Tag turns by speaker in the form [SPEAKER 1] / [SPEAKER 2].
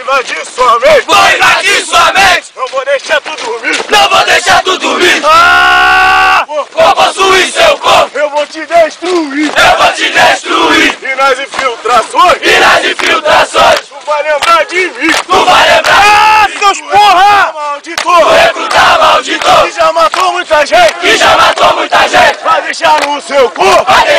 [SPEAKER 1] invadir sua mente!
[SPEAKER 2] Vou invadir sua mente!
[SPEAKER 1] Não vou deixar tu dormir!
[SPEAKER 2] Não vou deixar tu dormir!
[SPEAKER 1] Ah!
[SPEAKER 2] Vou possuir seu corpo!
[SPEAKER 1] Eu vou te destruir!
[SPEAKER 2] Eu vou te destruir!
[SPEAKER 1] E nas infiltrações,
[SPEAKER 2] E nas infiltrações,
[SPEAKER 1] tu vai lembrar de mim! Ah,
[SPEAKER 2] tu vai lembrar!
[SPEAKER 1] seus porra!
[SPEAKER 2] Tu
[SPEAKER 1] Malditor!
[SPEAKER 2] recrutar maldito!
[SPEAKER 1] Que já matou muita gente!
[SPEAKER 2] Que já matou muita gente!
[SPEAKER 1] Vai deixar no seu corpo!
[SPEAKER 2] Vai